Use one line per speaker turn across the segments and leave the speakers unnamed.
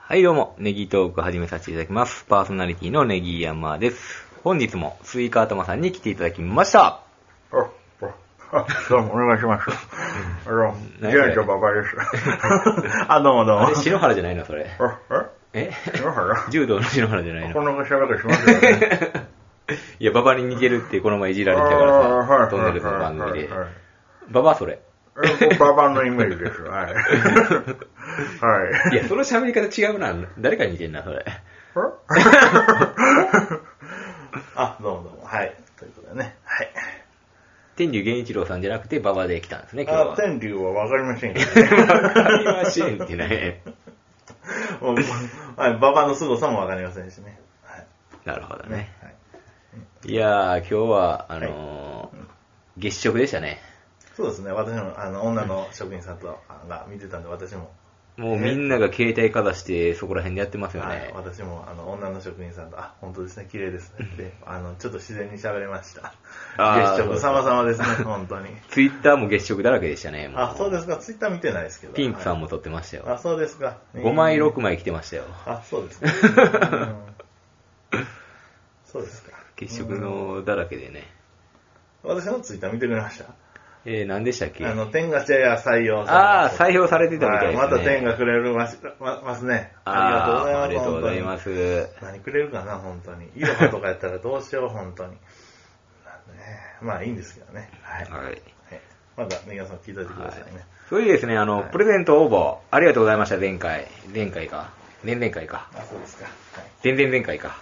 はい、どうも、ネギトーク始めさせていただきます。パーソナリティのネギ山です。本日もスイカ頭さんに来ていただきました。
ああどうも、お願いします。あの、
何
ジェイとババ です。あ、どうもどうも。
あれ、篠原じゃないのそれ。
あ
え
え篠原
柔道の篠原じゃ ない
こ
の
の仕事しますよね。
いや、馬場に似てるってこの前いじら
あ
れてた
啊
からさ、トンネルズの番組で。馬場それ。
え、ババのイメージです。はい。はい哎
い。や、その喋り方違うな。誰かに似てんな、それ。
あ、どうもどうも。はい。ということでね。はい。
天竜源一郎さんじゃなくて馬場で来たんですね、今日
あ
は、。
天竜はわかりませんけどね。
わかりませんって ね。
もうはいババの凄さもわかりませんしね。はい。
なるほどね
ね。。はい
いやー、今日は、あのー月食でしたね。
そうですね、私も、あの、女の職員さんとあが見てたんで、私も、
もうみんなが携帯かざして、そこら辺でやってますよ
はい
ね。
私も、あの、女の職員さんと、あ、本当ですね、綺麗ですね。で、あの、ちょっと自然に喋れました。
あー
月食様々ですね、本当に。
ツイッターも月食だらけでしたね。も
あ、そうですか、ツイッター見てないですけど。
ピンクさん
も。
も撮ってましたよ。
あ、そうですか。
5枚、6枚来てましたよ。
あ、そうですか。うんそうですか。
月食のだらけでね。
私のツイッター見てくれました。
えー、何でしたっけ
あの、天が茶屋採用
あー、採
用
用されてたみたいですね。
また天がくれるますまますね。
あー、
あ
あ
り
りが
が
とう
とう
ご
ご
ざ
ざ
い
います。
ます。
何くれるかな、本当に。イロハとかやったらどうしよう、本当に。なんでねまあいいんですけどね。はい。はい、
はい。
まだ、皆さん聞いといてくださいね。
それでですね、あの、プレゼント応募、ありがとうございました、前回。前回か。前々回か。
あ、そうですか。はい。
前々前回か。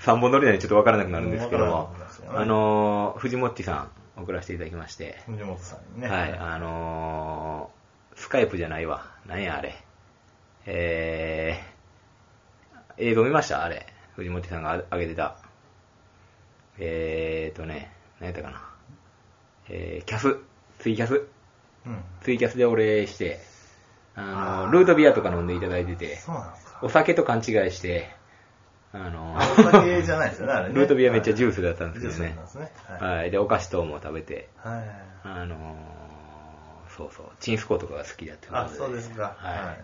3本撮りなのにちょっとわからなくなるんですけど
うんわ
も
からなくなります、よね
あのー、藤もっちさん、送らせていただきまして、
藤本さんにね。
はい、あのー、スカイプじゃないわ。何やあれ。えー、映像見ましたあれ。藤本さんが上げてた。えーとね、何やったかな。えー、キャス。ツイキャス。
うん。
ツイキャスでお礼して、あ
あ
の
ー
ルートビアとか飲んでいただいてて、
そうな んですか。
お酒と勘違いして、あの
お酒じゃないですよね、あれね。
ルートビアめっちゃジュースだったんです
ジュー
よ
スなん
ね
で。すね。はい。
はい。で、お菓子等も食べて、
はい。
あのー、そうそう、チンスコーとかが好きだってこと
あ、そうですか。
は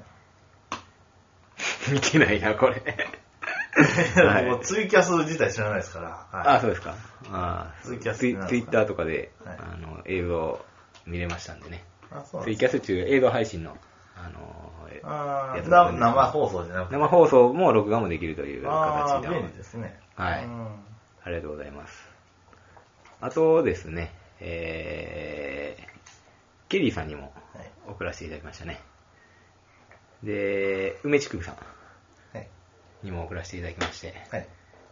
い。 見てないな、こ れ。は
も。
いう
ツイキャス自体知らないですから。
あ、
は
そうですか。あー
ツイキャス
ツイツイッターとかで、
はい
あの、映像見れましたんでね。
い。あ、そうなん
ツ
で
イ
す
キャス中映像配信の、あのー、
あ
やつ
ー
だった
なん
で
生放送じゃなくて。
生放送も録画もできるという
あ
形
あ
で
ー、便利ですね。
はい
うん
ありがとうございます。あとですね、えー、ケリーさんにも
はい
送らせていただきましたね。で、梅地区さん
はい。
にも送らせていただきまして、
はい。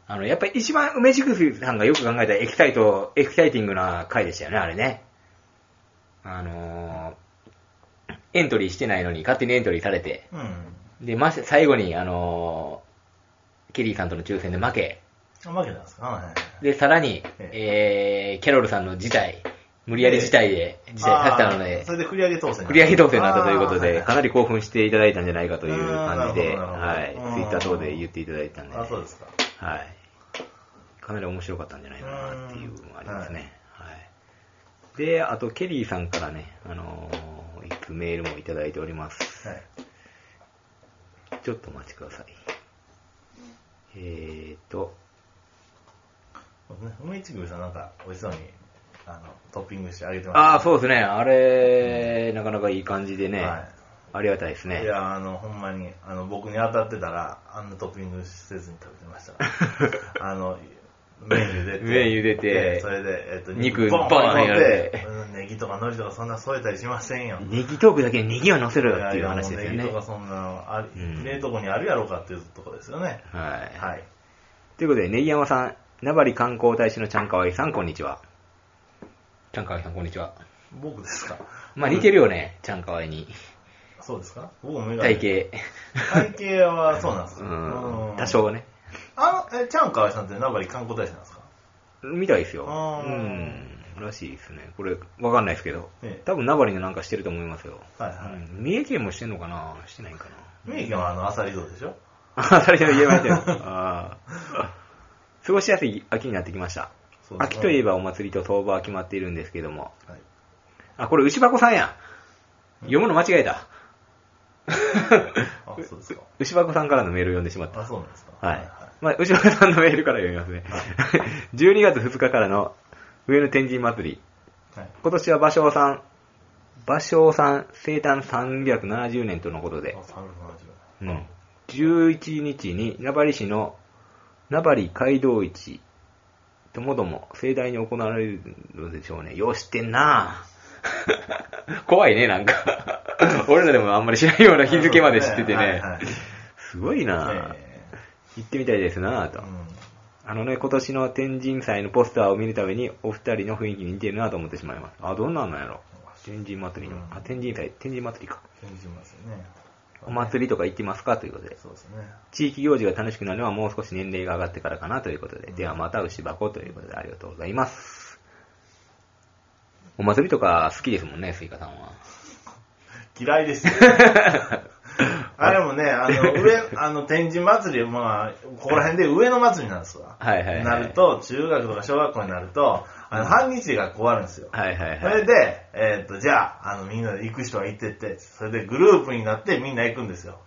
あの、やっぱり一番梅地区さんがよく考えたエキサイト、エキサイティングな回でしたよね、あれね。あのー、エントリーしてないのに勝手にエントリーされて、
うん。
で、まし、最後に、あのー、ケリーさんとの抽選で負け、
あ、負けたんですかはい。
で、さらに、え
え
ー、キャロルさんの辞退、無理やり辞退で、辞退させたの
あー
で
そ、れで繰り上げ当選。
繰り上げ当選になったということで、
あー
かなり興奮していただいたんじゃないかという感じで、
あーなるほど
は
ないるほどう、ん
ツイッター等で言っていただいたんで、
はいはいあ、そうですか。
はい。かなり面白かったんじゃないかなっていうのがありますね。はい。で、あと、ケリーさんからね、あのー、一句メールもいただいております。
はい。
ちょっとお待ちください。えーと、
そうですね。梅一宮さんなんか、美味しそうに、あの、トッピングしてあげてます。
ああ、そうですね。あれ、なかなかいい感じでね、
はい
ありがたいですね
い。や、あの、ほんまに、あの、僕に当たってたら、あんなトッピングせずに食べてましたか ら。あの、麺茹でて。
麺茹でて
でそれで、えっと、
肉
ボン
ボン
ボン
や
や
られ
れ
て
て。うんネギとか海苔とかそんな添えたりしませんよ。
ネギトークだけにネギを乗せろよっていう話
い
です
や
よ
いやもうネ
ね
ギと。かそんな、あり
うん
ねえとこにあるやろうかっていうとこですよね。
はい。
はい。
ということで、ネギ山さん、名張観光大使のちゃんかわいさん、こんにちは。ちゃんかわいさん、こんにちは。
僕ですか
まあ似てるよね、ちゃんかわいに。
そうですか僕もメガネ。
体
体型はそうなんです
型。う
かうん
ん。多。少ね。
あの、え、ちゃんかわいさんって名張観光大使なんですか
みたいですよ。
あ
う
ー
ん。らしいですね。これ、わかんないですけど
ええ。
多分、名張のなんかしてると思いますよ。
はいはい
うん三重県もしてんのかなしてないんかな
三重県はあの、アサリ像でしょ
あ、それでも言えません。ああ 過ごしやすい秋になってきました。
そうですね
秋といえばお祭りと相場は決まっているんですけども。
はい。
あ、これ牛箱さんや。読むの間違えた。
あ、そうですか。
牛箱さんからのメールを読んでしまった
あ、。そうなんですか。
はい。まあ、牛箱さんのメールから読みます ね。12月2日からの上野天神祭り。
はい。
今年は芭蕉さん、芭蕉さん生誕370年とのことで
あ、、370
うん、11日に名張市の名張街道市ともども盛大に行われるのでしょうね。よう知ってんな 怖いね、なんか。 俺らでもあんまり知らんような日付まで知ってて
はい
ね。
はい
すごいな
え
行ってみたいですな
え
と
う。ん
あのね、今年の天神祭のポスターを見るたびに、お二人の雰囲気に似てるなと思ってしまいます。あ、どんなんなんやろ天神祭りの
う。ん
あ、天神祭、天神祭りか。
返事しますよね。
お祭りとか行きますかということで。
そうですね。
地域行事が楽しくなるのはもう少し年齢が上がってからかなということで。
うん
ではまた牛箱ということでありがとうございます。お祭りとか好きですもんね、スイカさん は。
嫌いで すよ。あれもね、あの、上、あの、天神祭り、まあ、ここら辺で上の祭りなんですわ。
はいはいはい
なると、中学とか小学校になると、あの、半日で学校あるんですよ。
はいはい
そ
は
れ
い。
で、えーっと、じゃあ、あの、みんなで行く人は行ってって、それでグループになってみんな行くんですよ。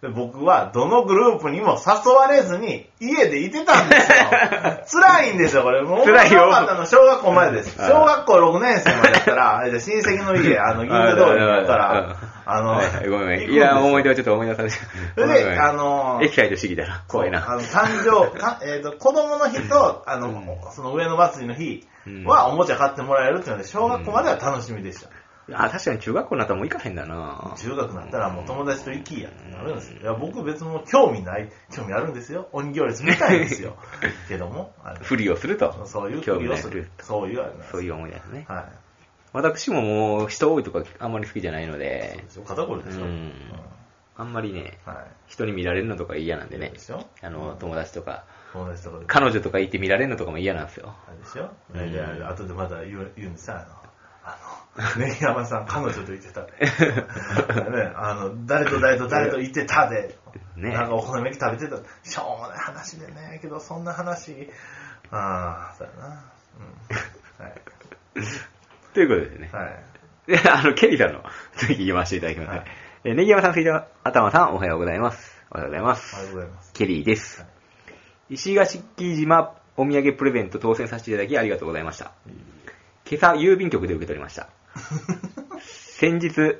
で僕は、どのグループにも誘われずに、家でいてたん ですよ。辛いんですよ、これ。もう、
辛いよ
僕が分かったのは小学校前です。
うん
小学校6年生までだったら、あれで親戚の家、あの、銀座通りにあったら、あの、
はいはいごめんごめ
行く
ん。
ん
いや、思
で
い出をちょっと思い出されちゃ
すよ
う。
それで、あのー、
駅会と市議だな。怖い
そうあ
な。
の、誕 生、たえっ、と、子供の日と、あの、その上の祭りの日は、おもちゃ買ってもらえるっていうので、小学校までは楽しみでした。
あ、確かに中学校になったらもう行かへんだな。
中学になったらもう友達と行きやってなるんですよ。いや、僕別にもう興味ない、興味あるんですよ。鬼行列見たいんです よ。けども、あの
ふりをすると。
そういう
興
ふ
味
り
ない
をす
ふり
る。そういうあれなんです
そういう思い出ですね。
は
私ももう人多いとかあんまり好きじゃないの
い。そう
で
で、すよ。肩こりでしょ。
うん
うん
あんまりね、
はい。
人に見られるのとか嫌なんでね
で、しょ
あの、友達とか、
友達とかで。
彼女とかいて見られるのとかも嫌なんですよ。
あれでしょ
うん
で、あとでまだ言う言うんですよ、あの、あの、ねぎやまさん、彼女と行ってた で。ね、あの、誰と誰と誰と行ってたで。
ね
なんかお好み焼き食べてた。しょうもない話でね、けどそんな話、ああ、そうやな。うん。はい。
ということですね。
はい。
で、あの、ケリーさんの、次読ませていただきますね
はい。
えネギヤマさん、水田頭さん、おはようございます。おはようございま
ありがとう
す。
ございます。
ケリーです
はい。
石垣島お土産プレゼント当選させていただきありがとうございました。
いい
今朝、郵便局で受け取りました。先日、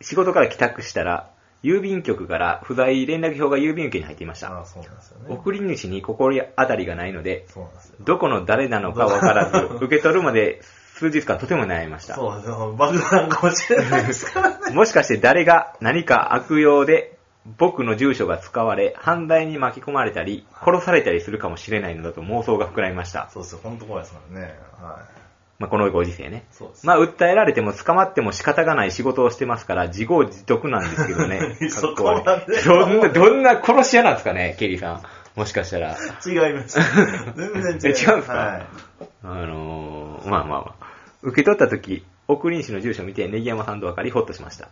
仕事から帰宅したら、郵便局から不在連絡票が郵便受けに入っていました。
ああ、そうなんですよね。
送り主に心当たりがないので、
そうなんですよ。
どこの誰なのかわから ず、受け取るまで数日間とても悩みました。
そうですよ。爆弾かもしれないですか らね。
もしかして誰が何か悪用で僕の住所が使われ、犯罪に巻き込まれたり、殺されたりするかもしれないのだと妄想が膨らみました。
そうですよ。ほんと怖いですからね。はい。
まあ、このご時世ね。
そうです。。
まあ、訴えられても捕まっても仕方がない仕事をしてますから、自業自得なんですけどね
そこまで
かっこ悪いどんな、どんな殺し屋なんですかね、ケリーさん。もしかしたら。
違います。全然違
え
い
違うん
ますす。
か
はい。
あのー、まあまあまあ。受け取った時、送り主の住所を見てネギ山さんと分かりほっとしました。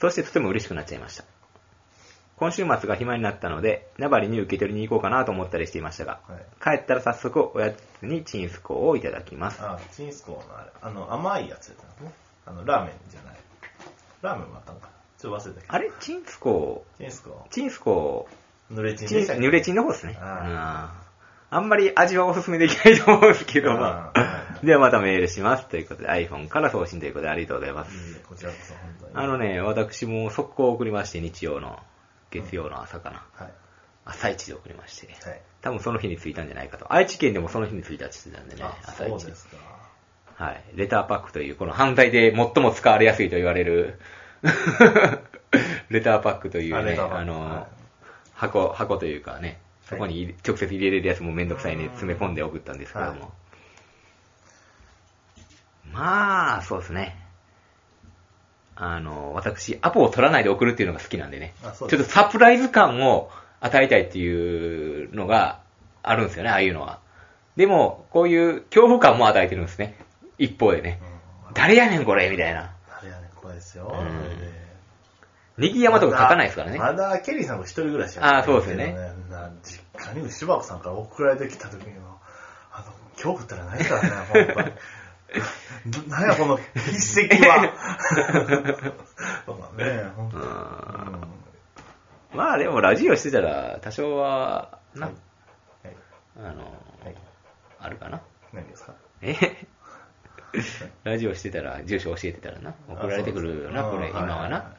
そしてとても嬉しくなっちゃいました。今週末が暇になったので、名張に受け取りに行こうかなと思ったりしていましたが、
はい
帰ったら早速おやつにチンスコーをいただきます。
あ、チンスコーのあれ、あの、甘いやつやったんですね。あの、ラーメンじゃない。ラーメンもあったんか。ちょっと忘れたけど。
あれチンスコ
チンスコ
ー、チンスコ
ー、濡れチ
ー、
ン
チン
でし
ス、
た
濡れチンの方ですね。
あ
あーあんまり味はおすすめできないと思うんですけど、ま
あー
あ、 ではまたメールします。ということで iPhone から送信ということでありがとうございます。
いえいえこちらこそ本当に。
あのね、私も速攻送りまして、日曜の、月曜の朝かな。
はい。
朝一で送りまして。
はい。
多分その日に着いたんじゃないかと。愛知県でもその日に着いたって言ってたんでね
あ、、
朝
そう
一
で。すか。
はい。レターパックという、この犯罪で最も使われやすいと言われる、 レターパックとい
あ
う
レ
ね、
ターパック
あ
は
の
い、
箱、箱というかね、そこに入れ直接入れれるやつもめんどくさいね、
うん
詰め込んで送ったんですけど
はい
も。まあ、そうですね。あの、私、アポを取らないで送るっていうのが好きなんでね。
あ
ちょ
そ
っ
う
と
です
サプライズ感を与えたいっていうのがあるんですよね、ああいうのは。でも、こういう恐怖感も与えてるんですね。一方でね
う。ん。
誰やねんこれみたいな。
あれやね、怖いですよ。
うん
あれで
ネギ山とか書かないですからね。
まだ、ケリーさんが一人暮らしや
あそうですよね
けどな実家に牛箱さんから送られてきた時の、あの、恐怖ったらないからね、ほ んまに。ななんや、こ の 筆跡は。そうだね、ほんと
う
うん
んまあでもラジオしてたら、多少は、な、
はいはい
あの、
はい
あるかな。
何ですか
え ラジオしてたら、住所教えてたらな。送られてくるよな、
あ
これ、今は。な。
そうです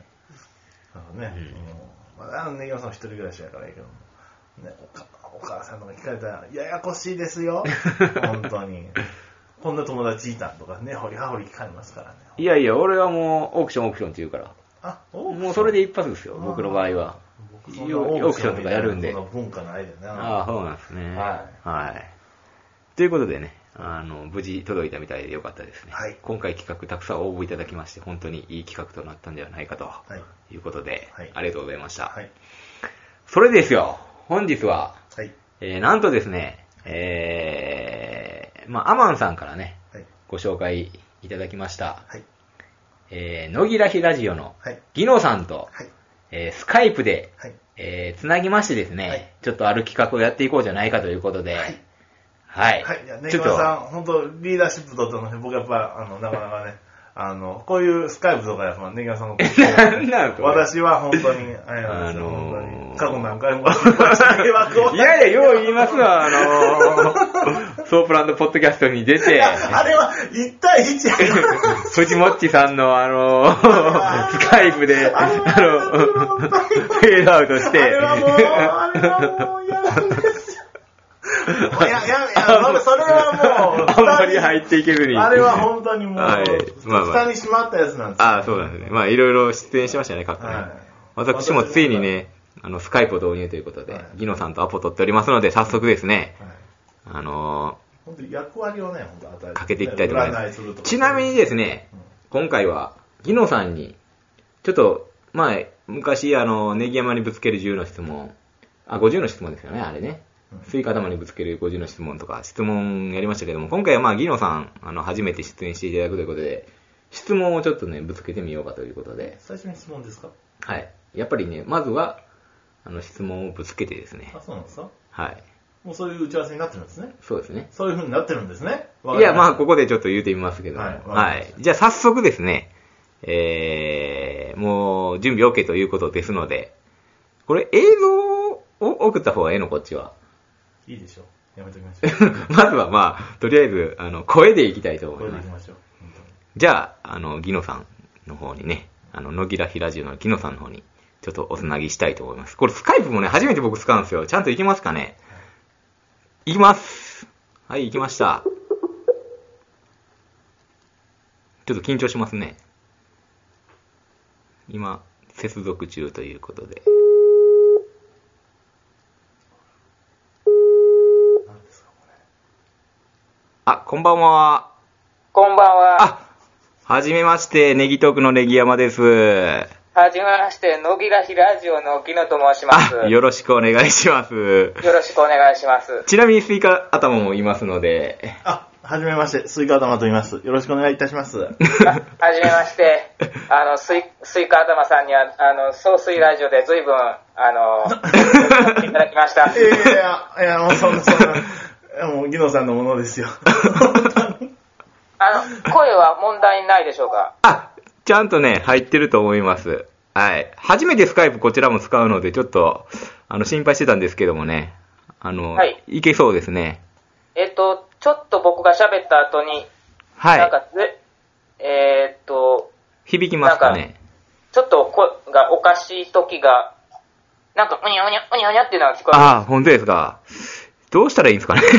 あーいいいなるほどね。うんまあ、あのね、今さん一人暮らしやからいいけども。ね、おかお母さんとか聞かれたら、ややこしいで すよ。本当に。こんな友達いたとかね、ほりはほり聞かれますからね。
いやいや、俺はもう、オークション、オークションって言うから。
あ、オークション
もうそれで一発ですよ、
あー
僕の場合は。
僕そんな
よオークションとかやるんで
そ。な文化ないでな。
ああ、そうなんですね。
は
はい。ということでね、あの、無事届いたみたいでよかったですね。
はい
今回企画たくさん応募いただきまして、本当にいい企画となったんではないかと。
はい。
いうことで、
はい
ありがとうございました。
はい。
それですよ、本日は、
はい。
えー、なんとですね、えー、まあ、アマンさんからね、
はい。
ご紹介いただきました、
はい。
えー、野木らひラジオの
はい。
ギノさんと、
はい。
えー、スカイプで、
はい。
えー、つなぎましてですね、
はい
ちょっとある企画をやっていこうじゃないかということで、
はい
はい。
はい、いや、ね
ちょっ
ぎまさ
と、、
ん本当リーダーシップ取ったので、僕やっぱ、あの、なかなかね、あの、こういうスカイプとかやっぱ、ねぎまさんの、
なんなんこれ
私は本当に、あれなんですよ、
あのー
本当に。過去何回も、迷惑を
いやいや、よう言いますわ、あ のー、ソープランドポッドキャストに出て、
あれは、1対1やから
藤もっちさんのあ のー、スカイプで、あの、フェードアウトし
あれ
て、
はもう、あれはも う、やるんですよ。いや、いや、いや、それそれはもう、
あんまり
二人
入っていけずに。
あれは本当にもう、
はいまあまあ
蓋にしまったやつなんですよ。
ああ、そうなんですね。まあ、いろいろ出演しましたね、過去ね。
はい
私もついにね、あの、スカイプを導入ということで、
はい
ギノさんとアポ取っておりますので、早速ですね、
はい
あの
本当に役割をね、本当与え
ー
て
かけていきたいと思いま
占すると
す。
か
ちなみにですね、今回は、ギノさんに、ちょっと、まあ、昔、あの、ネギ山にぶつける10の質問、あ、50の質問ですよね、あれね
うん。
スイカ頭にぶつける50の質問とか、質問やりましたけども、今回はまあ、ギノさん、あの、初めて出演していただくということで、質問をちょっとね、ぶつけてみようかということで、
最初に質問ですか
はい。やっぱりね、まずは、あの、質問をぶつけてですね
あ、。そうなんですか
はい。
もうそういう打ち合わせになってるんですね。
そうですね。
そういう風になってるんですね。
いや、まあ、こ
こ。
こでちょっと言うてみますけども。
はいわかりま
は
し
い
た。
じゃあ、早速ですね、えー、もう、準備 OK ということですので、これ、映像を送った方がええの、こっちは。
いいでしょう。やめときましょう。
まずは、まあ、とりあえず、あの、声でいきたいと
こ
思
れ
い
でい
ま
き
す。
ましょう。
じゃあ、あの、ギノさんの方にね、あの、野木らひラジオのギノさんの方に、ちょっとおつなぎしたいと思います。これ、スカイプもね、初めて僕使うんですよ。ちゃんといきますかねいきますはい、いきました。ちょっと緊張しますね。今、接続中ということで。
本当に何ですか、こ
あ、こんばんは。
こんばんは。
あ、はじめまして、ネギトークのネギ山です。
はじめまして、野木らひラジオの木野と申します。
あ、よ
よ
ろしくお願いします。
ろしくお願いします。
ちなみにスイカ頭もいますので、
れ。あ、はじめまして、スイカ頭と言います。よろしくお願いいた します。は
あはじめまして、あの、スイスイカ頭さんには、あの、総水ラジオで随分、あ の、いただきました。
いやいや、いや、もうそんな、そんな、いやもう、ギノさんのも のですよ。
あの、声は問題ないでしょうか
あ、ちゃんとね、入ってると思います。はい。初めてスカイプこちらも使うので、ちょっと、あの、心配してたんですけどもね。あの、
はいい、
けそうですね。
えっと、ちょっと僕が喋った後に、
は
なん
い。
かぜ、えーっと、
響きますかね。
ちょっと声がおかしい時が、なんか、うにゃうにゃ、うにゃうにゃっていうのが聞こえる。
ああ、本当ですか。どうしたらいいんですかね。
いや、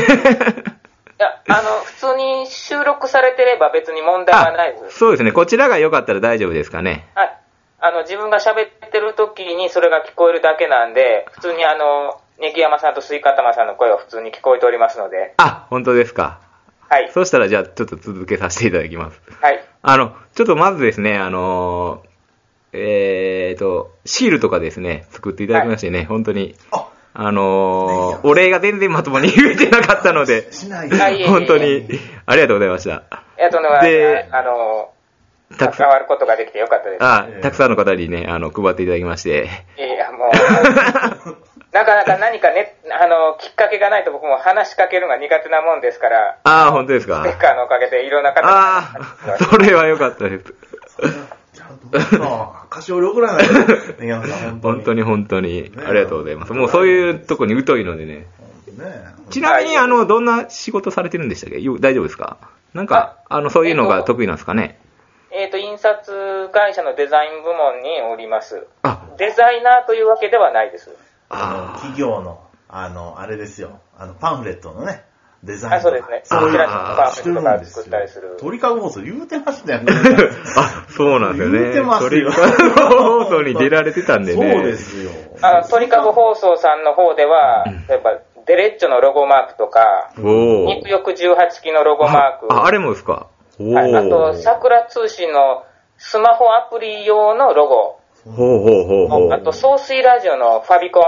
あの、普通に収録されてれば別に問題はないで
あ
す。
そうですね。こちらが良かったら大丈夫ですかね。
はい。あの、自分が喋ってる時にそれが聞こえるだけなんで、普通にあの、ネギ山さんとスイカ玉さんの声は普通に聞こえておりますので、
あ、本当ですか。
はい。
そうしたら、じゃあ、ちょっと続けさせていただきます。
はい。
あの、ちょっとまずですね、あのーえーと、シールとかですね、作っていただきましてね、本当に、
あ、
あのー
ね
お礼が全然まともに言えてなかったので、
しない
はいえいえ
本当に、ありがとうございました。
えっと、あ
で
の、
たくさ
関
ん、
わることができてよかったです。
あ、たくさんの方にね、あの、配っていただきまして、
いや、もう、なかなか何かね、あの、きっかけがないと僕も話しかけるのが苦手なもんですから、
あー、本当です
ステッ
か。
カーのおかげでいろんな方に
あー、それは良かったです。
ちゃんと、 歌唱力ぐらいなんだよネギ山さん、
本当
に。
に本当に、ありがとうございます。もうそういうとこに疎いのでね。
ね
ちなみに、あの、どんな仕事されてるんでしたっけよ大丈夫ですかなんか、あの、そういうのが得意なんですかね
えっ、と、印刷会社のデザイン部門におります。
あ、
デザイナーというわけではないです。
あの
あ
企業の、あの、あれですよ、あの、パンフレットのね、デザイン
あ、そうですね。チ
そういう
ラシとかパンフ
して
レ
る
ット
ん
と
で
か
す
作ったりする
よ。。鳥かご放送言うてましたよね。
あ、そうなんですよね。
言うてますよ
鳥かご放送に出られてたんでね。
そうですよ。
あの、鳥かご放送さんの方では、やっぱ、デレッチョのロゴマークとか、
おー
肉欲18期のロゴマーク、
ああ、あれもですかおお、
はいあと、桜通信のスマホアプリ用のロゴ、
ほうほうほうほう。
あと、総水ラジオのファビコン、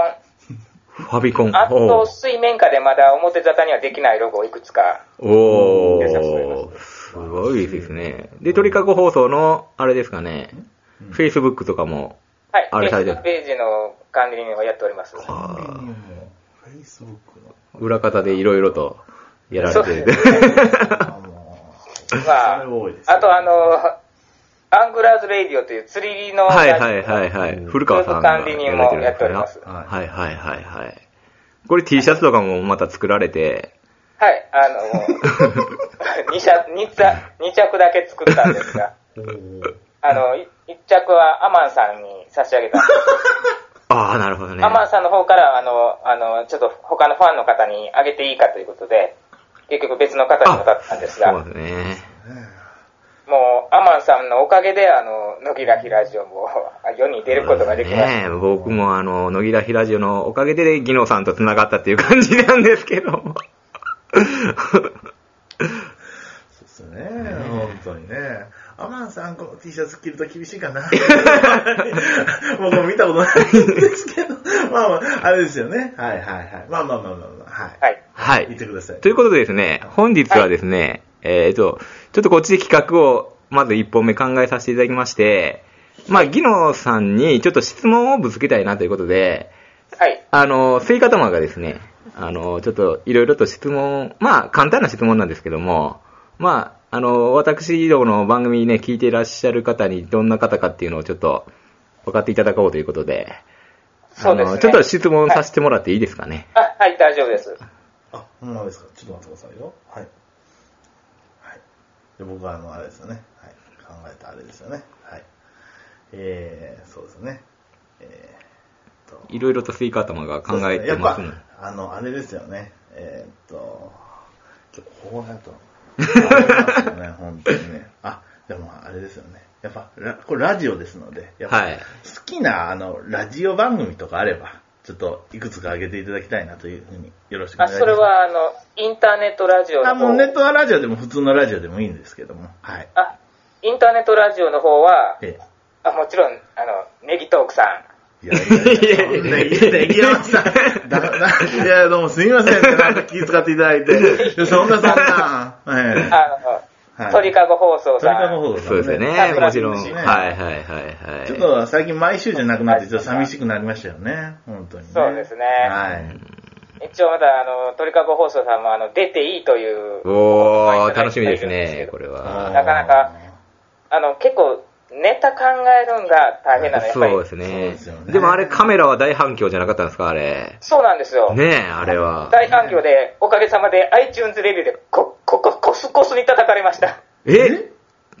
ファビコン。
あ
ほ
と、水面下でまだ表沙汰にはできないロゴをいくつか。
うお
検索されま
ーすごいですね。で、鳥かご放送の、あれですかね、Facebook とかも、
はい。
あれされてる
Facebook ページの管理人をやっております。
あ
フ
ー
ェイスブックの。
裏方でいろいろとやられてて。
あもう
まあ
それ多いです。
あと、あの、アングラーズレイディオという釣りの、
はいはいはいはい。古川さんが
管理人もやっております
やられてるんですかねはいはいはいはい。これ T シャツとかもまた作られて、
はい、あの、2 着、二着二着だけ作ったんで すが、あの、1着はアマンさんに差し上げたんです。
ああ、なるほどね。
アマンさんの方から、あの、あの、ちょっと他のファンの方にあげていいかということで、結局別の方に渡ったんですが、
そうですね。
もう、アマンさんのおかげで、あの、乃木らきラジオもあ世に出ることができまし
ねえ僕もあの、乃木らひラジオのおかげで、技能さんと繋がったっていう感じなんですけど も。
そうですね、本当にね。アマンさん、この T シャツ着ると厳しい かな。僕も見たことないんですけど、まあまあ、あれですよね。はいはいはい。まあまあまあまあまあ、はい。
た。はい。
は
言っ
い。
てください。
ということでですね、本日はですね、えっ、と、ちょっとこっちで企画を、まず一本目考えさせていただきまして、まあ、技能さんにちょっと質問をぶつけたいなということで、
はい。
あの、スイカ玉がですね、あの、ちょっといろいろと質問、まあ、簡単な質問なんですけども、まあ、あの、私どもの番組ね、聞いていらっしゃる方にどんな方かっていうのをちょっと分かっていただこうということで、
そうです
あの
ね。
ちょっと質問させてもらっていいですかね。
あ、はい、大丈夫です。
あ、ほんまですか。ちょっと待ってくださいよ。はい。はい。で僕は、あの、あれですよね。はい。考えたあれですよね。はい。えー、そうですね。えーっと。
いろいろとスイカ玉が考えて
やっ
ま
ぱ
すので。、
あの、あれですよね。えーっと、ちょ、こうやと。あれですよ ね、本当にね。あ、でもあれですよね。やっぱ、ラこれラジオですので、やっぱ、
はい
好きな、あの、ラジオ番組とかあれば、ちょっと、いくつか上げていただきたいなというふうに、よろしくお
あ、
願いします。
それは、あの、インターネットラジオの
あ、
方
もうネットのラジオでも普通のラジオでもいいんですけども。はい。
あ、インターネットラジオの方は、
え
あもちろん、あの、ネギトークさん。
え。いやいやいやいや、ね、いや、さん。だないや、どうもすみませんね。なんか気遣っていただいて。いやそんなそんな。え
あの、
はい
鳥かご放送
え。そ
さ
れからも
ん。
ほど
そうですよね。もちろん。はいはいはいはい。
ちょっと最近毎週じゃなくなって、ちょっと寂しくなりましたよね。本当に、ね。
そうですね
はい。
一応まだ、あの、鳥かご放送さんも、あの、出ていいという、
おー、楽しみですね、これは。
なかなかあの、結構、ネタ考えるのが大変なの、やっぱり。
そうです
そう
ね
ですよ。ね
でもあれカメラは大反響じゃなかったんですか、あれ。
そうなんですよ。
ねえ、あれは。
大反響で、おかげさまで iTunes レビューで、こ、こ、こ、コスコスに叩かれました。
え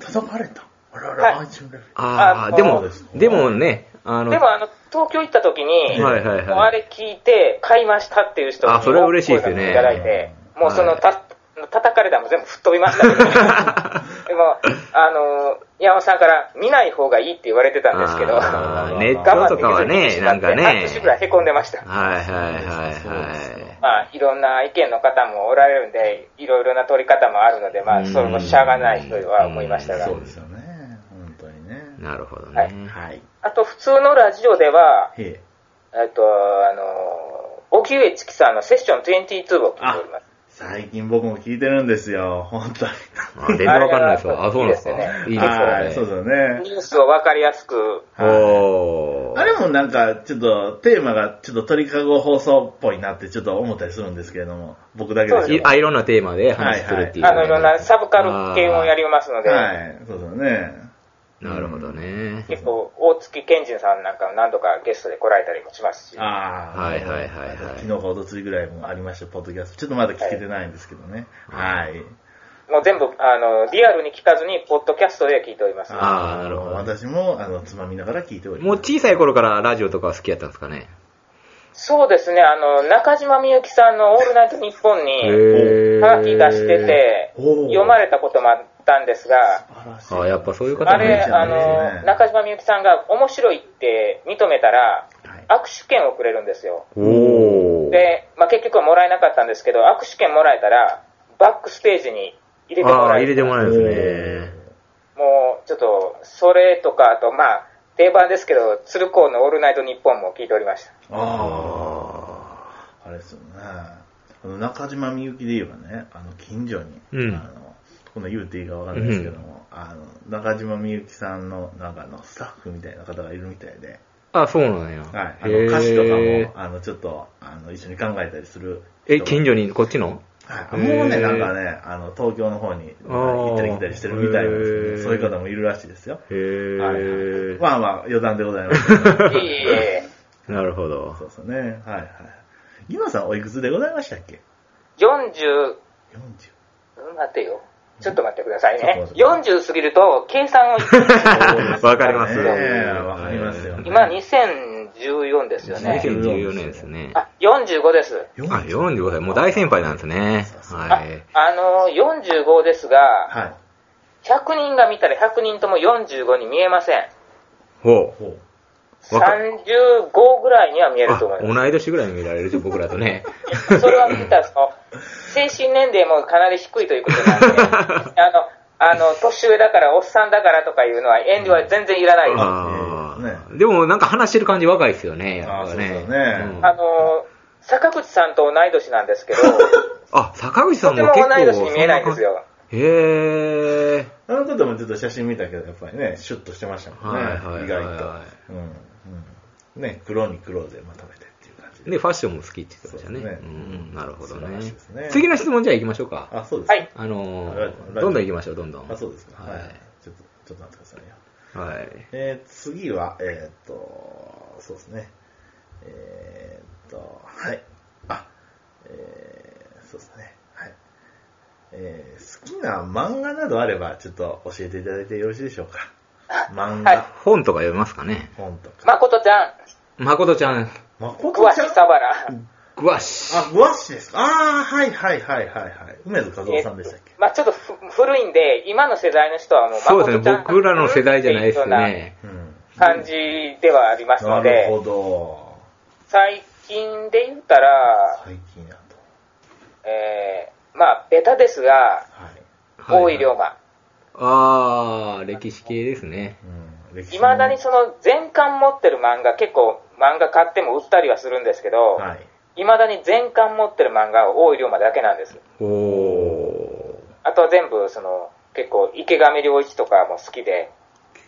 叩かれた。あらあ
は
ら、
い
愛知のレベル。
あ
あ
あ、でも
そうです、
でもね、あの
で、も、あの、東京行った時に、
はいはいはい
もうあれ聞いて、買いましたっていう人に
あそれは嬉しいですよね
声がけいただいて、
うん
もうその、た、叩かれたのも全部吹っ飛びましたけ ど、でも、あの、山本さんから見ない方がいいって言われてたんですけど、
あー
我慢
ネ
で
ッ
きず
ト
に
とかはね
見てしまって
なんかね
半年ぐらい凹んでました。
はいはいはい
そうです
は
まあ、いろんな意見の方もおられるんで、いろいろな取り方もあるので、ま
う
あ、
ん
それもしゃがないとは思いましたが
そ、うですよね。本当にね。
い。なるほど
は
ね
い。
はい。
あと、普通のラジオでは、
へえ。
えっと、あの、荻上チキさんのセッション22を聞いております。
最近僕も聞いてるんですよ。本当に。
あ全然わからないですわ。あ、そうなんですか。いい
はい、
で
そ
す
うで
ね。
すよね。
ニュースをわかりやすく、
おー。
あれもなんか、ちょっと、テーマが、ちょっと鳥かご放送っぽいなって、ちょっと思ったりするんですけれども、僕だけです
い
よ。
あ、いろんなテーマで話するっていうね。
あの、いろんなサブカル系もやりますので、
はい、そうですよね。
なるほどね。
結構、大月健人さんなんか何度かゲストで来られたりもしますし、
ああ、
はいはいはいはい
昨日かおとついぐらいもありました、ポッドキャスト。ちょっとまだ聞けてないんですけどね。はい。
もう全部、あの、リアルに聞かずに、ポッドキャストで聞いております。
あーなるほど
私も、あの、つまみながら聞いており
もう
ます。
小さい頃からラジオとかは好きやったんですかね。
そうですね、あの、中島みゆきさんのオールナイトニッポンに、
へ
ハガキ出してて、
おー
読まれたこともあったんですが、
素晴らしい
あやっぱそういう方な
あ
んで
れ、
すね
あの、中島みゆきさんが面白いって認めたら、
はい
握手券をくれるんですよ。
おー。
で、まあ、結局はもらえなかったんですけど、握手券もらえたら、バックステージに入れても
ああー、
らえ
入れてもらえるんですね。
もう、ちょっと、それとか、あと、まあ、定番ですけど、鶴光のオールナイトニッポンも聞いておりました。
あ
あ
あ、あれですよね。あの中島みゆきで言えばね、あの、近所に、
うん
あの、こんな言うていいかわかんないですけども、あの、中島みゆきさんの、なんかあの、スタッフみたいな方がいるみたいで、
ー。あ、そうなんや。
はい。あ
へ
の、
ー
歌詞とかも、あの、ちょっと、あの、一緒に考えたりする人
え、
が。
近所に、こっちの
はい。もうね、
へー
なんかね、あの、東京の方に
あー
行ったり来たりしてるみたいなんですけ
へー
ど、そういう方もいるらしいですよ。
へ
はいはい。
ー。
まあまあ、余談でございますけ ど。
いえいえ、
なるほど
そ。うですね。はいはい。今さんおいくつでございましたっけ
40、
?40。
うん待てよ。ちょっと待ってくださいね。
ちょっ
40過ぎると、計算を、
わかります
ねえわかりますよ。
今2014ですよね。
2014年ですね。あ、
あ、45です。
40。
45歳。もう大先輩なんですね。
あ
はい。、
あの、45ですが、
はい。
100人が見たら100人とも45に見えません。
ほう。
ほ
わか
35ぐらいには見えると思
あ
います。
同い年ぐらいに見られると僕らとね。
それは見たらその、精神年齢もかなり低いということなんで、 あの、あの、年上だから、おっさんだからとかいうのは遠慮は全然いらないです。
ああ、でもなんか話してる感じ若いですよね、やっぱね。
あーそうだね
ん
あの、坂口さんと同い年なんですけ ど、
あ、坂口さ
と
ん
て
も
も
結
同
構。
い年に見えないんですよ。
へえ。
う。あの方もちょっと写真見たけど、やっぱりね、シュッとしてましたもん
は
ね。
いはいはいはい
意外と。うん。うん。ね、黒に黒でまとめてっていう感じで。
で、ファッションも好きって言ってましたね。
そうです
う
ね
ん、なるほど
素晴
ね
らしいですね
次の質問じゃあ行きましょうか。
あ、そうです。
はい。
あの
ラジ
ー
オ
どんどん行きましょう、どんどん。
あ、そうですか。
は
はい
い。。
ちょっと、ちょっと待ってくださいよ。
はい。
えー、次は、えーっと、そうですね。えー、っと、はい。あ、えー、そうですね。はい。えー、好きな漫画などあれば、ちょっと教えていただいてよろしいでしょうか。漫画、
はい
本とか読みますかね。
本とか。
誠ちゃん、
誠ちゃん、
誠
桑
ちゃ
地
ん
サバラ。
ぐわし。
あ、グワッシですか。あー、はいはいはいはいはい。梅津和夫さんでしたっけ。
まあちょっとふ古いんで、今の世代の人はもう
そうです
誠ちゃん
ね、僕らの世代じゃないです
ような
ね。
うん。
感じではあります
な
の
る
で、
ほど。
最近で言ったら、
最近だと。
えー、まあベタですが、
はい。
はい
大井龍馬。
あー、歴史系ですね。
うん。歴
い
の
まだにその全巻持ってる漫画、結構漫画買っても売ったりはするんですけど、
はい。
いまだに全巻持ってる漫画は大井龍馬だけなんです。
おー。
あとは全部、その、結構池上良一とかも好きで、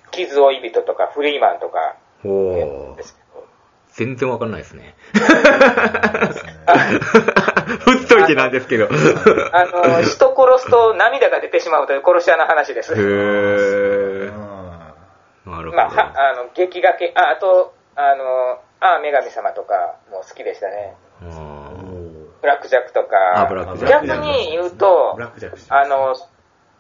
傷追い人とかフリーマンとか
お
で
ー
す。けど、
全然わかんないですね。
そうですね
ふっといてなんですけど。へ
あ の、人殺すと涙が出てしまうという殺し屋の話です。
ー。なるほど。
まあ、はあの、劇画系、あ、あと、あの、ああ、女神様とかも好きでしたね。
あ
うん
ー
ブラックジャックと
あ
か。
ブラックジャック
逆に言うと
ブラ、ックジャックしてま
あ
す
の、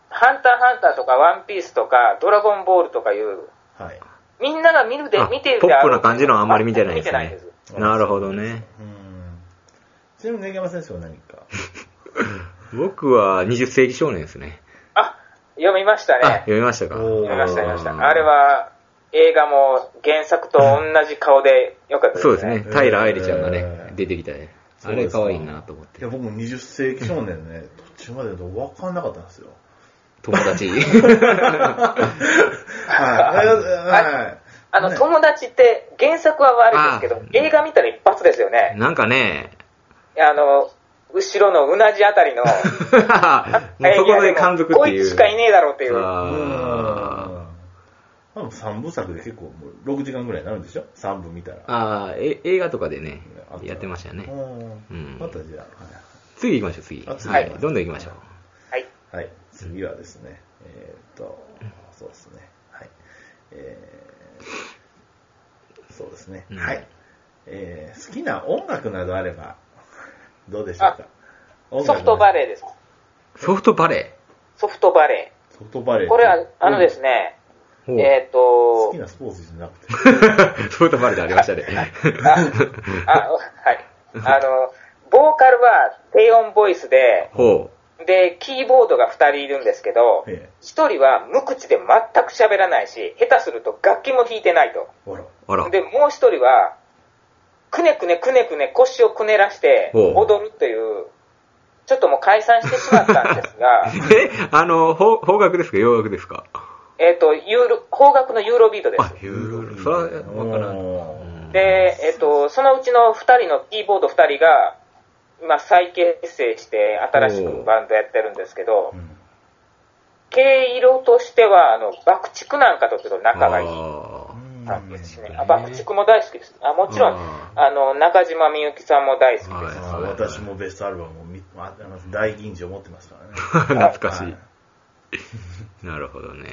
ハンターハンターとかワンピースとか、ドラゴンボールとかいう、
はい。
みんなが見るで
あ、
見てる
ポ
で
ッ
あ
プ
ろ
な
う
感じのはあんまり見てないで
見て
す
ない
ね
です。。
なるほどね。
うん。ちなみに、根山先生は何か
僕は20世紀少年ですね。
あ、読みました
あ、
ね。
読みましたか
おー
読みました、読みました。あれ、は、映画も原作と同じ顔でよかったですね。
そうですね。平愛理ちゃんが
へ
ね
ー、
出てきたね。あ
そう
れ
ですか
可愛いなと思っ
い
て
や、。僕も20世紀少年ね、途中までだと分かんなかったんですよ。
友達。
はい。はい。
あの、
ね
友達って原作は悪いですけど、映画見たら一発ですよね。
なんかね、
あの、後ろのうなじあたりの、
もうそこで感づくって
こい
いう。
つしかいねえだろうっていう。
う
あー
ん。多分3部作で結構もう6時間ぐらいになるんでしょ ?3 部見たら。
あー、え映画とかでね
あ、た
やってましたよね。
う
うん
ん。またじゃあ、はい
次行きましょう、次。
あ次
はい。どんどん行きましょう。
はい。
はい、次はですね、えーっと、そうですね、はい。えーそうですね。
うん
はい、えー好きな音楽などあれば、どうでしょうか。音楽
ソフトバ
レ
レーです。
ソフトバレ
ソフトバレ
ー。ソフトバレ
ー。
ー。
これは、あのですね、
ー。お
えっ、
好
と
き、なスポーツじゃなくて。
うソフトバレーでありましたね。
あ、あ、はい。あの、ボーカルは低音ボイスで、
ほ
で、キーボードが2人いるんですけど、1
え
人は無口で全く喋らないし、下手すると楽器も弾いてないと。
ー、あら。
う。あら。
で、もう1人は、くねくねくねくね腰をくねらして
ほう
踊るという、ちょっともう解散してしまったんですが、
え、あの、方方角ですか洋楽ですか
えっと、ユーロ、邦楽のユーロビートで
あ
す。、
ユーロ、そら、わからん
おー
うん。
で、えっと、そのうちの2人のキーボード2人が、今再結成して新しくバンドやってるんですけど
う、ん
毛色としては、あの、爆竹なんかとちょっと仲がいい
あ
感じですね。
うん
あ爆竹も大好きです。あ、もちろん、
あ
あの、中島みゆきさんも大好きです。
はい
あー私もベストアルバムを見ああの大吟醸持ってますからね。
ー懐かし。
はい
なるほどね。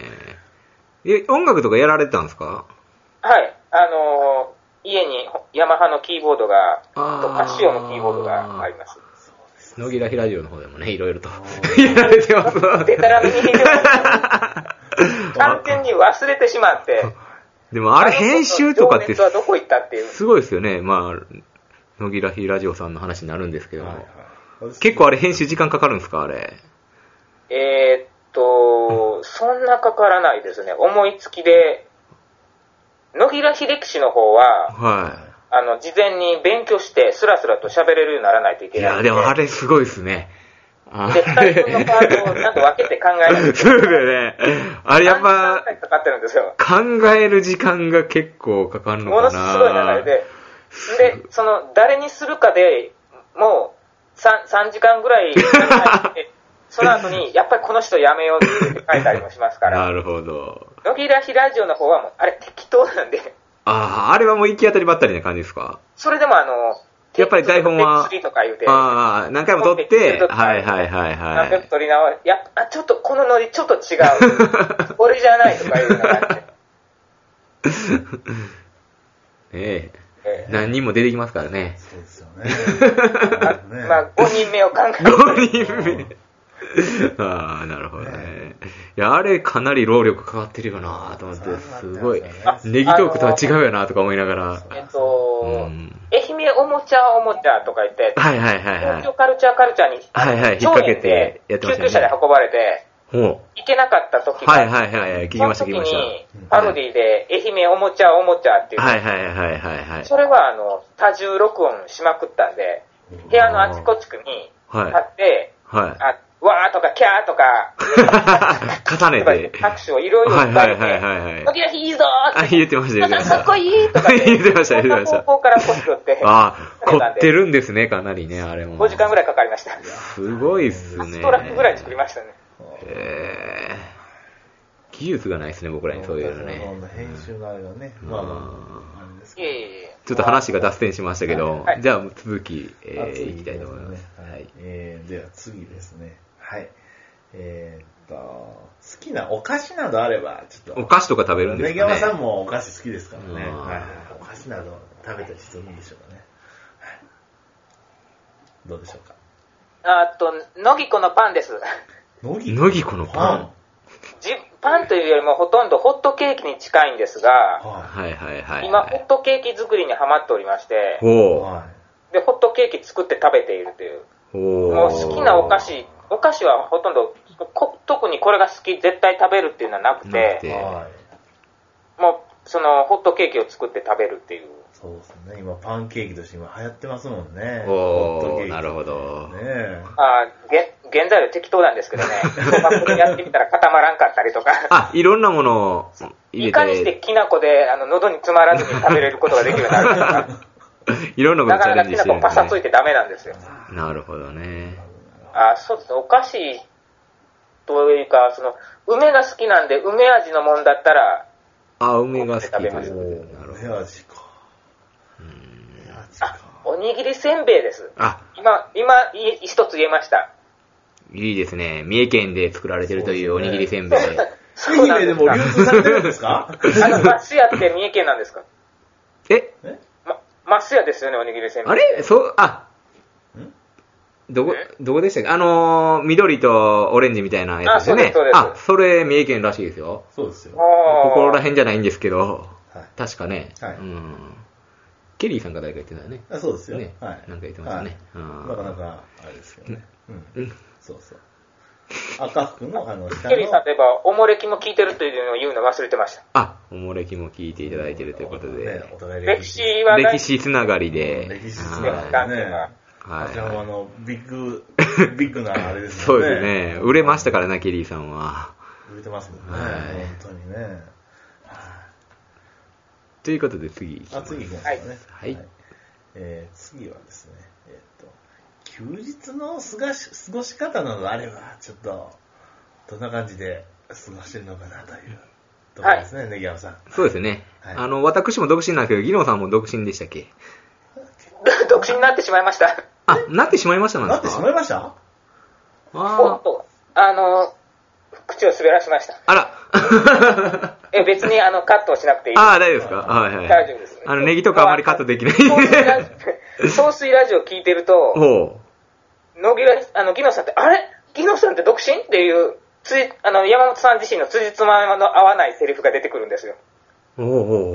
え、音楽とかやられてたんですか
はい。あのー家にヤマハのキーボードが、
あー
とカシオのキーボードがあります。
野木らひラジオの方でもね、いろいろとやられてます。
でたらめに弾いてます。完全に忘れてしまって。
でもあれ編集とかって
情熱はどこ行ったっていう。
すごいですよね。まあ、野木らひラジオさんの話になるんですけど
はいは
も
い。私
結構あれ編集時間かかるんですかあれ。
えーっと、そんなかからないですね。思いつきで、野平秀樹氏の方は、
は
あの、事前に勉強して、スラスラと喋れるようにならないとい
い。い
けないん。
や、でもあれすごいですね。あ
で、二人分のパートをちゃんと分けて考えないとい け
そうだよね。あれ
ない。
やっぱ
3時間く、らいかかってるんですよ。
考える時間が結構かかるの
も
かな。
のすごい流れで。で、その、誰にするかでもう3、3時間ぐらい考え て、その後に、やっぱりこの人やめようって書いたりもしますから。
なるほど。
野木らひラジオの方はもう、あれ適当なんで、
ああ、あれはもう行き当たりばったりな感じですか
それでもあの、
やっぱり台本は
テイク3とか言うて、
ああ、何回も撮っ
撮って
て、
撮って
はいはいはい
何
は
百
い。
取り直し、やっぱ、あちょっとこのノリちょっと違う。俺じゃないとかいうのがあって。
ええ
え。
何人も出てきますからね。
そうですよね。
えまあ、5人目を考えて、
5人 目。ああ、なるほどね。いや、あれかなり労力かかってるよなと思って、すごい。ネギトークとは違うよなとか思いながら。
えっ
う
と
ん、
愛媛おもちゃおもちゃとか言って、
はいはいはいは
東京
い。
カルチャーカルチャーに、
はいはい引
超
っ掛けてやってましたね
救急車で運ばれて、
ほ
行けなかった時
う。
が、
はいはいはいはい。聞きました聞
そ
き
の
ま
時
した。
に、パロディで、愛媛おもちゃおもちゃっていう、
はいはいはいはいはい。
それはあの、多重録音しまくったんで、部屋のあちこちに
はい
立って、
は
あ、わーとかキャーとか、
い。 重ねて。
拍手をいろいろ
はい
伝
はい
え
はい
て、
はい
時
はい。
々いいぞ
あ、
ーって、
言えてました、言えてまし
か
た
っ。こいいとか
言ってました言ってました
そんな方向からこしって、
あ、凝って
る。
るんですね、かなりね、あれも。
5時間ぐらいかかりました。
すごいっすね。
ストラックぐらい作りましたね。
えー、技術がないですね、僕らにそういうのね。
編集のあれがね、まあまあ、あれです
い
け
えいえいえ
ちょっと話が脱線しましたけど、
はい
じゃあ続き、
ど。あ
えー、いきたいと思います。
ね
はい。
えーでは次ですね。はい。えーっと、好きなお菓子などあれば、ちょっと。
お菓子とか食べるんで
ネ
す
ギ
か
山
ね
さんもお菓子好きですからね。
うん
はいお菓子など食べたりしてもいいでしょうかね。はいどうでしょうか。
あと、乃木子のパンです。
乃
乃木子のパ
じパンというよりもほとんどホットケーキに近いんです
パン
が、
は
はいはいはい。
今、ホットケーキ作りにハマっておりまして、
い。
ほ
は
で、ホットケーキ作って食べているとい
う。
う。
ほう。
もう好きなお菓子、お菓子はほとんど、こ特にこれが好き、絶対食べるっていうのはなく
なく
て、
い。
て
はい。
もう、その、ホットケーキを作って食べるっていう。
そうですね。今、パンケーキとして今流行ってますもんね。
おー
ホットケーキ
なるほど
ねえ。
あーげ原材料適当なんで すけどね、こうまあこれやってみたら固まらんかったりとか、
あ、いろんなものを 入
いかに
れ
して
て、
きな粉であの喉に詰まらずに食べれることができるようになるとか、
いろんなこ
な
とチ
か
ャレ
なか
ン
き
ジ
な
してる
粉
んで
パ
す
サ
ね
ついてダメなんですよ。
なるほどね。
あーそうですね、お菓子というか、その、梅が好きなんで、梅味のもんだったら、
あ、梅が好きという
な
こ
る
と
ほ
で。なるほ
お
ど。
ー、味か。うん。味
あ
か。、
おにぎりせんべいです。
あ、
今、今、い一つ言えました。
いいですね。三重県で作られてるというおにぎりせんべい。
そ
愛
うなん
媛
で
ですも
か
流通されてるんですか
あの、マスヤって三重県なんですか
え、
え
ま、マスヤですよね、おにぎりせんべい。
あれそう、あ、
ん
どこ
え、
どこでしたっけあのー、緑とオレンジみたいなやつですよね
あそうです。そう
あ
で、す
それ三重県らしいですよ。
そうですよ。
あー
ここら辺じゃないんですけど、
はい
確かね、
はい
うん。ケリーさんが誰か言ってたよね。
あそうですよ。
ね
はい。
なんか言ってましたねう
は
ん
いなかなか、あれですよね。う
うんん。
そうそう。赤福の、あの、下
ケリーさん
の
といえば、おもれきも聞いてるというのを言うの忘れてました。
あ、おもれきも聞いていただいてるということで、
ねお互い
歴史はない
歴史つながりで、
歴史ですね。
がり
は
だ
い
ね。
はい
こちらもあの、ビ ッグ、ビッグなあれです
そ
よ
う
ね。
ですね。売れましたからね、ケリーさんは。
売れてますもんね。
はい
本当にね。
ということで次行き
あ、
ます
次行きますかね。
はい
えー次はですね、えーっと、休日の過ごし過ごし方などあれば、ちょっと、どんな感じで過ごしてるのかなというところですね、ネギ山さん。
そうですね。
はい
あの、私も独身なんですけど、技能さんも独身でしたっけ
独身になってしまいました。
あ、なってしまいましたなんで
な
す
っ
か
てしまいました
お
あ
っと、あの、口を滑らしました。
あ。あ ら。
え、別にあの、カットをしなくていい。
ああ、大丈夫ですかはいはい。
大丈夫です
あの、ネギとかあまりカットできない
総水ラ
ん
ジ
で。
オ総水ラジオ聞いてる と、
ほ
野木ら、あの、ギノさんって、あれギノさんって独身っていう、つい、あの、山本さん自身の辻褄の合わないセリフが出てくるんですよ。
う。ほうほうほう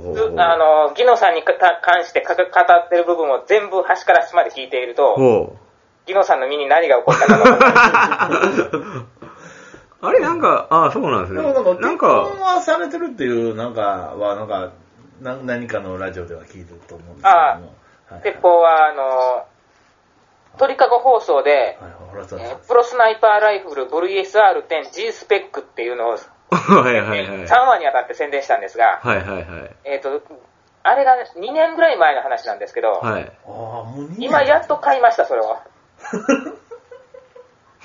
ほう
ず
ほう。
あ、の、ギノさんにかた関してかか語ってる部分を全部端から端まで聞いている と、
ほう。
ギノさんの身に何が起こったか わからない
あれ、なんか、ああ、そうなんです
で
ね。
もなんか、
なん
結婚
か、
はされてるっていう、なんかは、なんか、な何かのラジオでは聞いてると思うんですけども。
あ
はい
鉄砲は、あの、鳥かご放送で、
はい、ほら、そう
え
で
ー
す
プロスナイパーライフル VSR10 G スペックっていうのを
はいはいはい。
3話にあたって宣伝したんですが、
はいはいはい。
えっ、と、あれがね2年ぐらい前の話なんですけど、
はい。
ああ、もう2年
今やっと買いました、そ れを。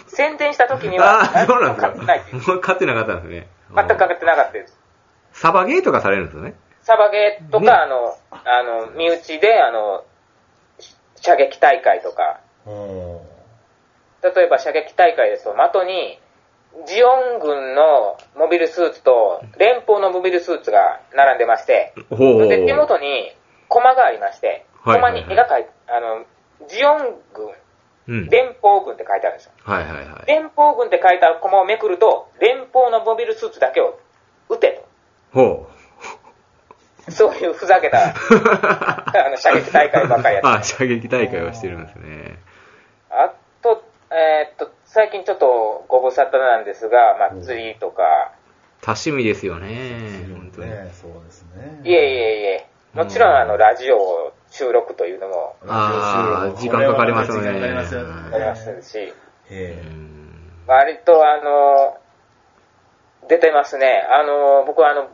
宣伝した時には、
ああ、そうなん
買ってないってい
で
う
すか。もう買ってなかったんですね。
全く買ってなかったです。
サバゲーとかされるんですよね。
サバゲーとか、
ね
あの、あの、身内で、あの、し射撃大会とか、
うん。
例えば射撃大会ですと、的に、ジオン軍のモビルスーツと、連邦のモビルスーツが並んでまして、
ほう。
で手元にコマがありまして、コ
はい
マ
はいは
に
い
絵が描いて、あの、ジオン軍、
うん。
連邦軍って書いてあるんですよ。
はいはいはい。
連邦軍って書いたコマをめくると、連邦のモビルスーツだけを撃て
ほう。
と。そういうふざけた、あの、射撃大会ばっかり やって
あ、射撃大会をしてるんですね。
あと、えーっと、最近ちょっとご無沙汰なんですが、まあ、釣りとか、
多趣味ですよね。本当に。
ね、そうですね。
いえいえいえ、もちろんあの、ラジオを収録というのも
あー時間かかりますよね
時間かかりますよ
あります
ね。
し、
う
ええ
ん
割とあの、出てますね。あの、僕はあの、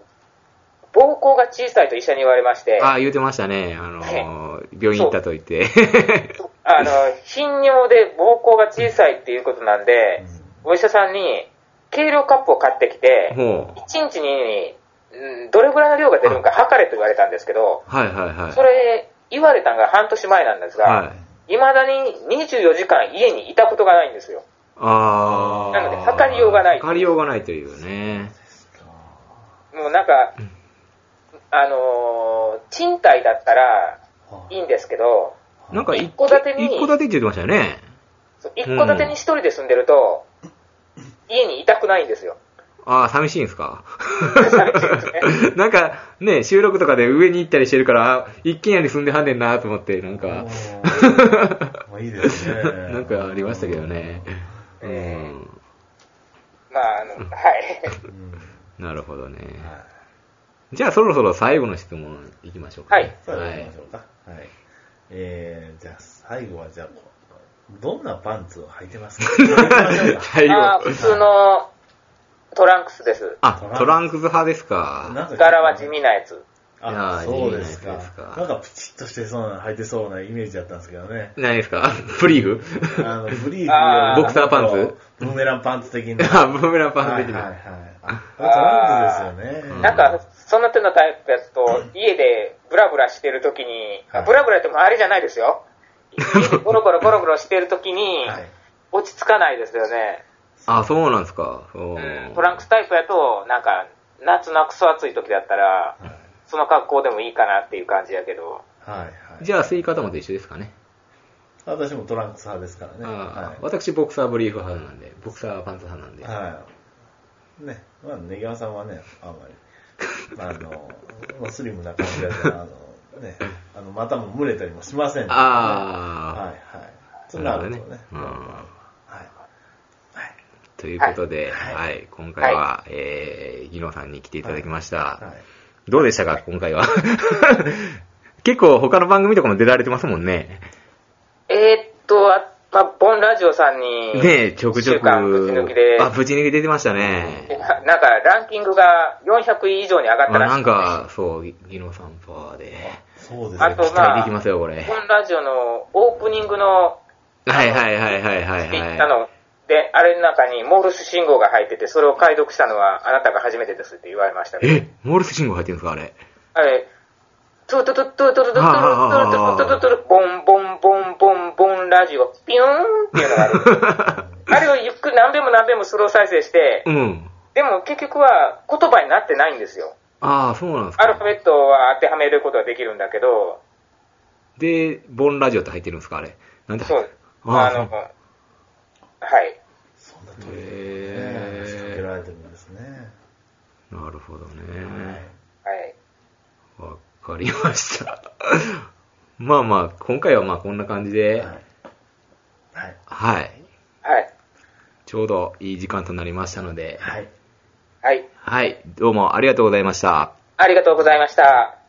膀胱が小さいと医者に言われまして、
あ
あ
あ、言うてましたね。あのー、病院行ったと言って。
の、頻尿で膀胱が小さいっていうことなんで、お医者さんに、計量カップを買ってきて、
ほう。
1日に、うんどれぐらいの量が出るのか測れと言われたんですけど、
はいはいはい。
それ言われたのが半年前なんですが、
はい。
いまだに24時間家にいたことがないんですよ。
ああ。
なので測りようがない
測りようがないというね。
もうなんか、あのー賃貸だったらいいんですけど、
なんか
一戸建てに
一戸建てって言ってましたよね。
そう一戸建てに一人で住んでると、家にいたくないんですよ。
ああ、寂しいんですか
寂しいですね
なんかね、収録とかで上に行ったりしてるから、あ一軒家に住んではんねんなと思って、なんか、
もういいですね。
なんかありましたけどね。う
えー
ん。
まあ、あの、は
う
い。
ん。は
なるほどね。
い。
じゃあそろそろ最後の質問いきましょうか、ね。
さあ、行
は
きま
い
し。ょうか。はい。えー、じゃあ、最後は、じゃあ、どんなパンツを履いてます か行きましょうか
最
まあ、
後
普。通のトランクスです。
あ、トランクス派ですか。
柄は地味なやつ。
あ、
いやー
そうです
いい
か
じゃないです。か
なんかプチッとしてそうな、履いてそうなイメージだったんですけ どね。
何ですかフ リーグ
あの、ブリーフ
あーボ
クサーパンツ
ブーメランパンツ的な。
あ、ブーメランパンツ的
はいは
な。
いはい。あ、トランクスですよね。
なんか、そんな手のタイプやつと、家でブラブラしてるときに
はい、
ブラブラってもあれじゃないですよ。家でゴロゴロゴロゴロしてるときに、
はい。
落ち着かないですよね。
あ、そうなんですか。そう
うんトランクスタイプやと、なんか、夏のクソ暑い時だったら、その格好でもいいかなっていう感じやけど、
はいはい。
じゃあ、吸い方もと一緒ですかね。
私もトランクス派ですからね。
あ
は
ー私、ボクサーブリーフ派なんで、ボクサーパンツ派なん
い。
で。
はい。ね、まあ、ネギワさんはね、あんまり、まあ、あの、まあスリムな感じだから、あの、ね、あの、股も蒸れたりもしませんので、はいは
あ
い。
あ、
そうなるとね。
うん
はい。
ということで、
は
はいい、今回は、えー、ギノさんに来ていただきました。
はい。
どうでしたか、今回は。 結構他の番組とかも出られてますもんね。
えーっと、あまあ、ボンラジオさんに、
ねえ、ちょくちょ
一週間ぶち抜きで
く。あ、ぶち抜き出てましたね。
ななんかランキングが400位以上に上がった
まあ、
らし
ないんか、そう、ギギノさんパワーで。
そうです
あ
ね。
と
期待できますよ、これ。
ボンラジオのオープニングの
はいはいはいはいは
ツイッ
い、
タ
は
ーの、で、あれの中にモールス信号が入ってて、それを解読したのはあなたが初めてですって言われました
い。
けど。
え、モールス信号入ってるんですか、あれ。
あれ、トゥトゥトゥトゥトゥトゥトゥトゥトゥトゥトゥトゥトゥトゥボンボンボンボンボンラジオ、ピューンっていうのがある。あれをゆっくり何遍も何遍もスロー再生して、
うん。
でも結局は言葉になってないんですよ。
ああ、そうなんです
アルファベ
か。
ットは当てはめることができるんだけど、
で、ボンラジオって入ってるんですか、あれ。なんで入
そ
っ
う。
あ
あ
あ
の、
そう
はい。
そんなトリックで
へ
ね
ー
仕掛けられてるんですね。
なるほど
はい
ね。
はい。
わかりました。 まあまあ、今回はまあこんな感じで、
はい。はい。
はい。
はい。
ちょうどいい時間となりましたので、
はい。
はい。
はい。どうもありがとうございました。
ありがとうございました。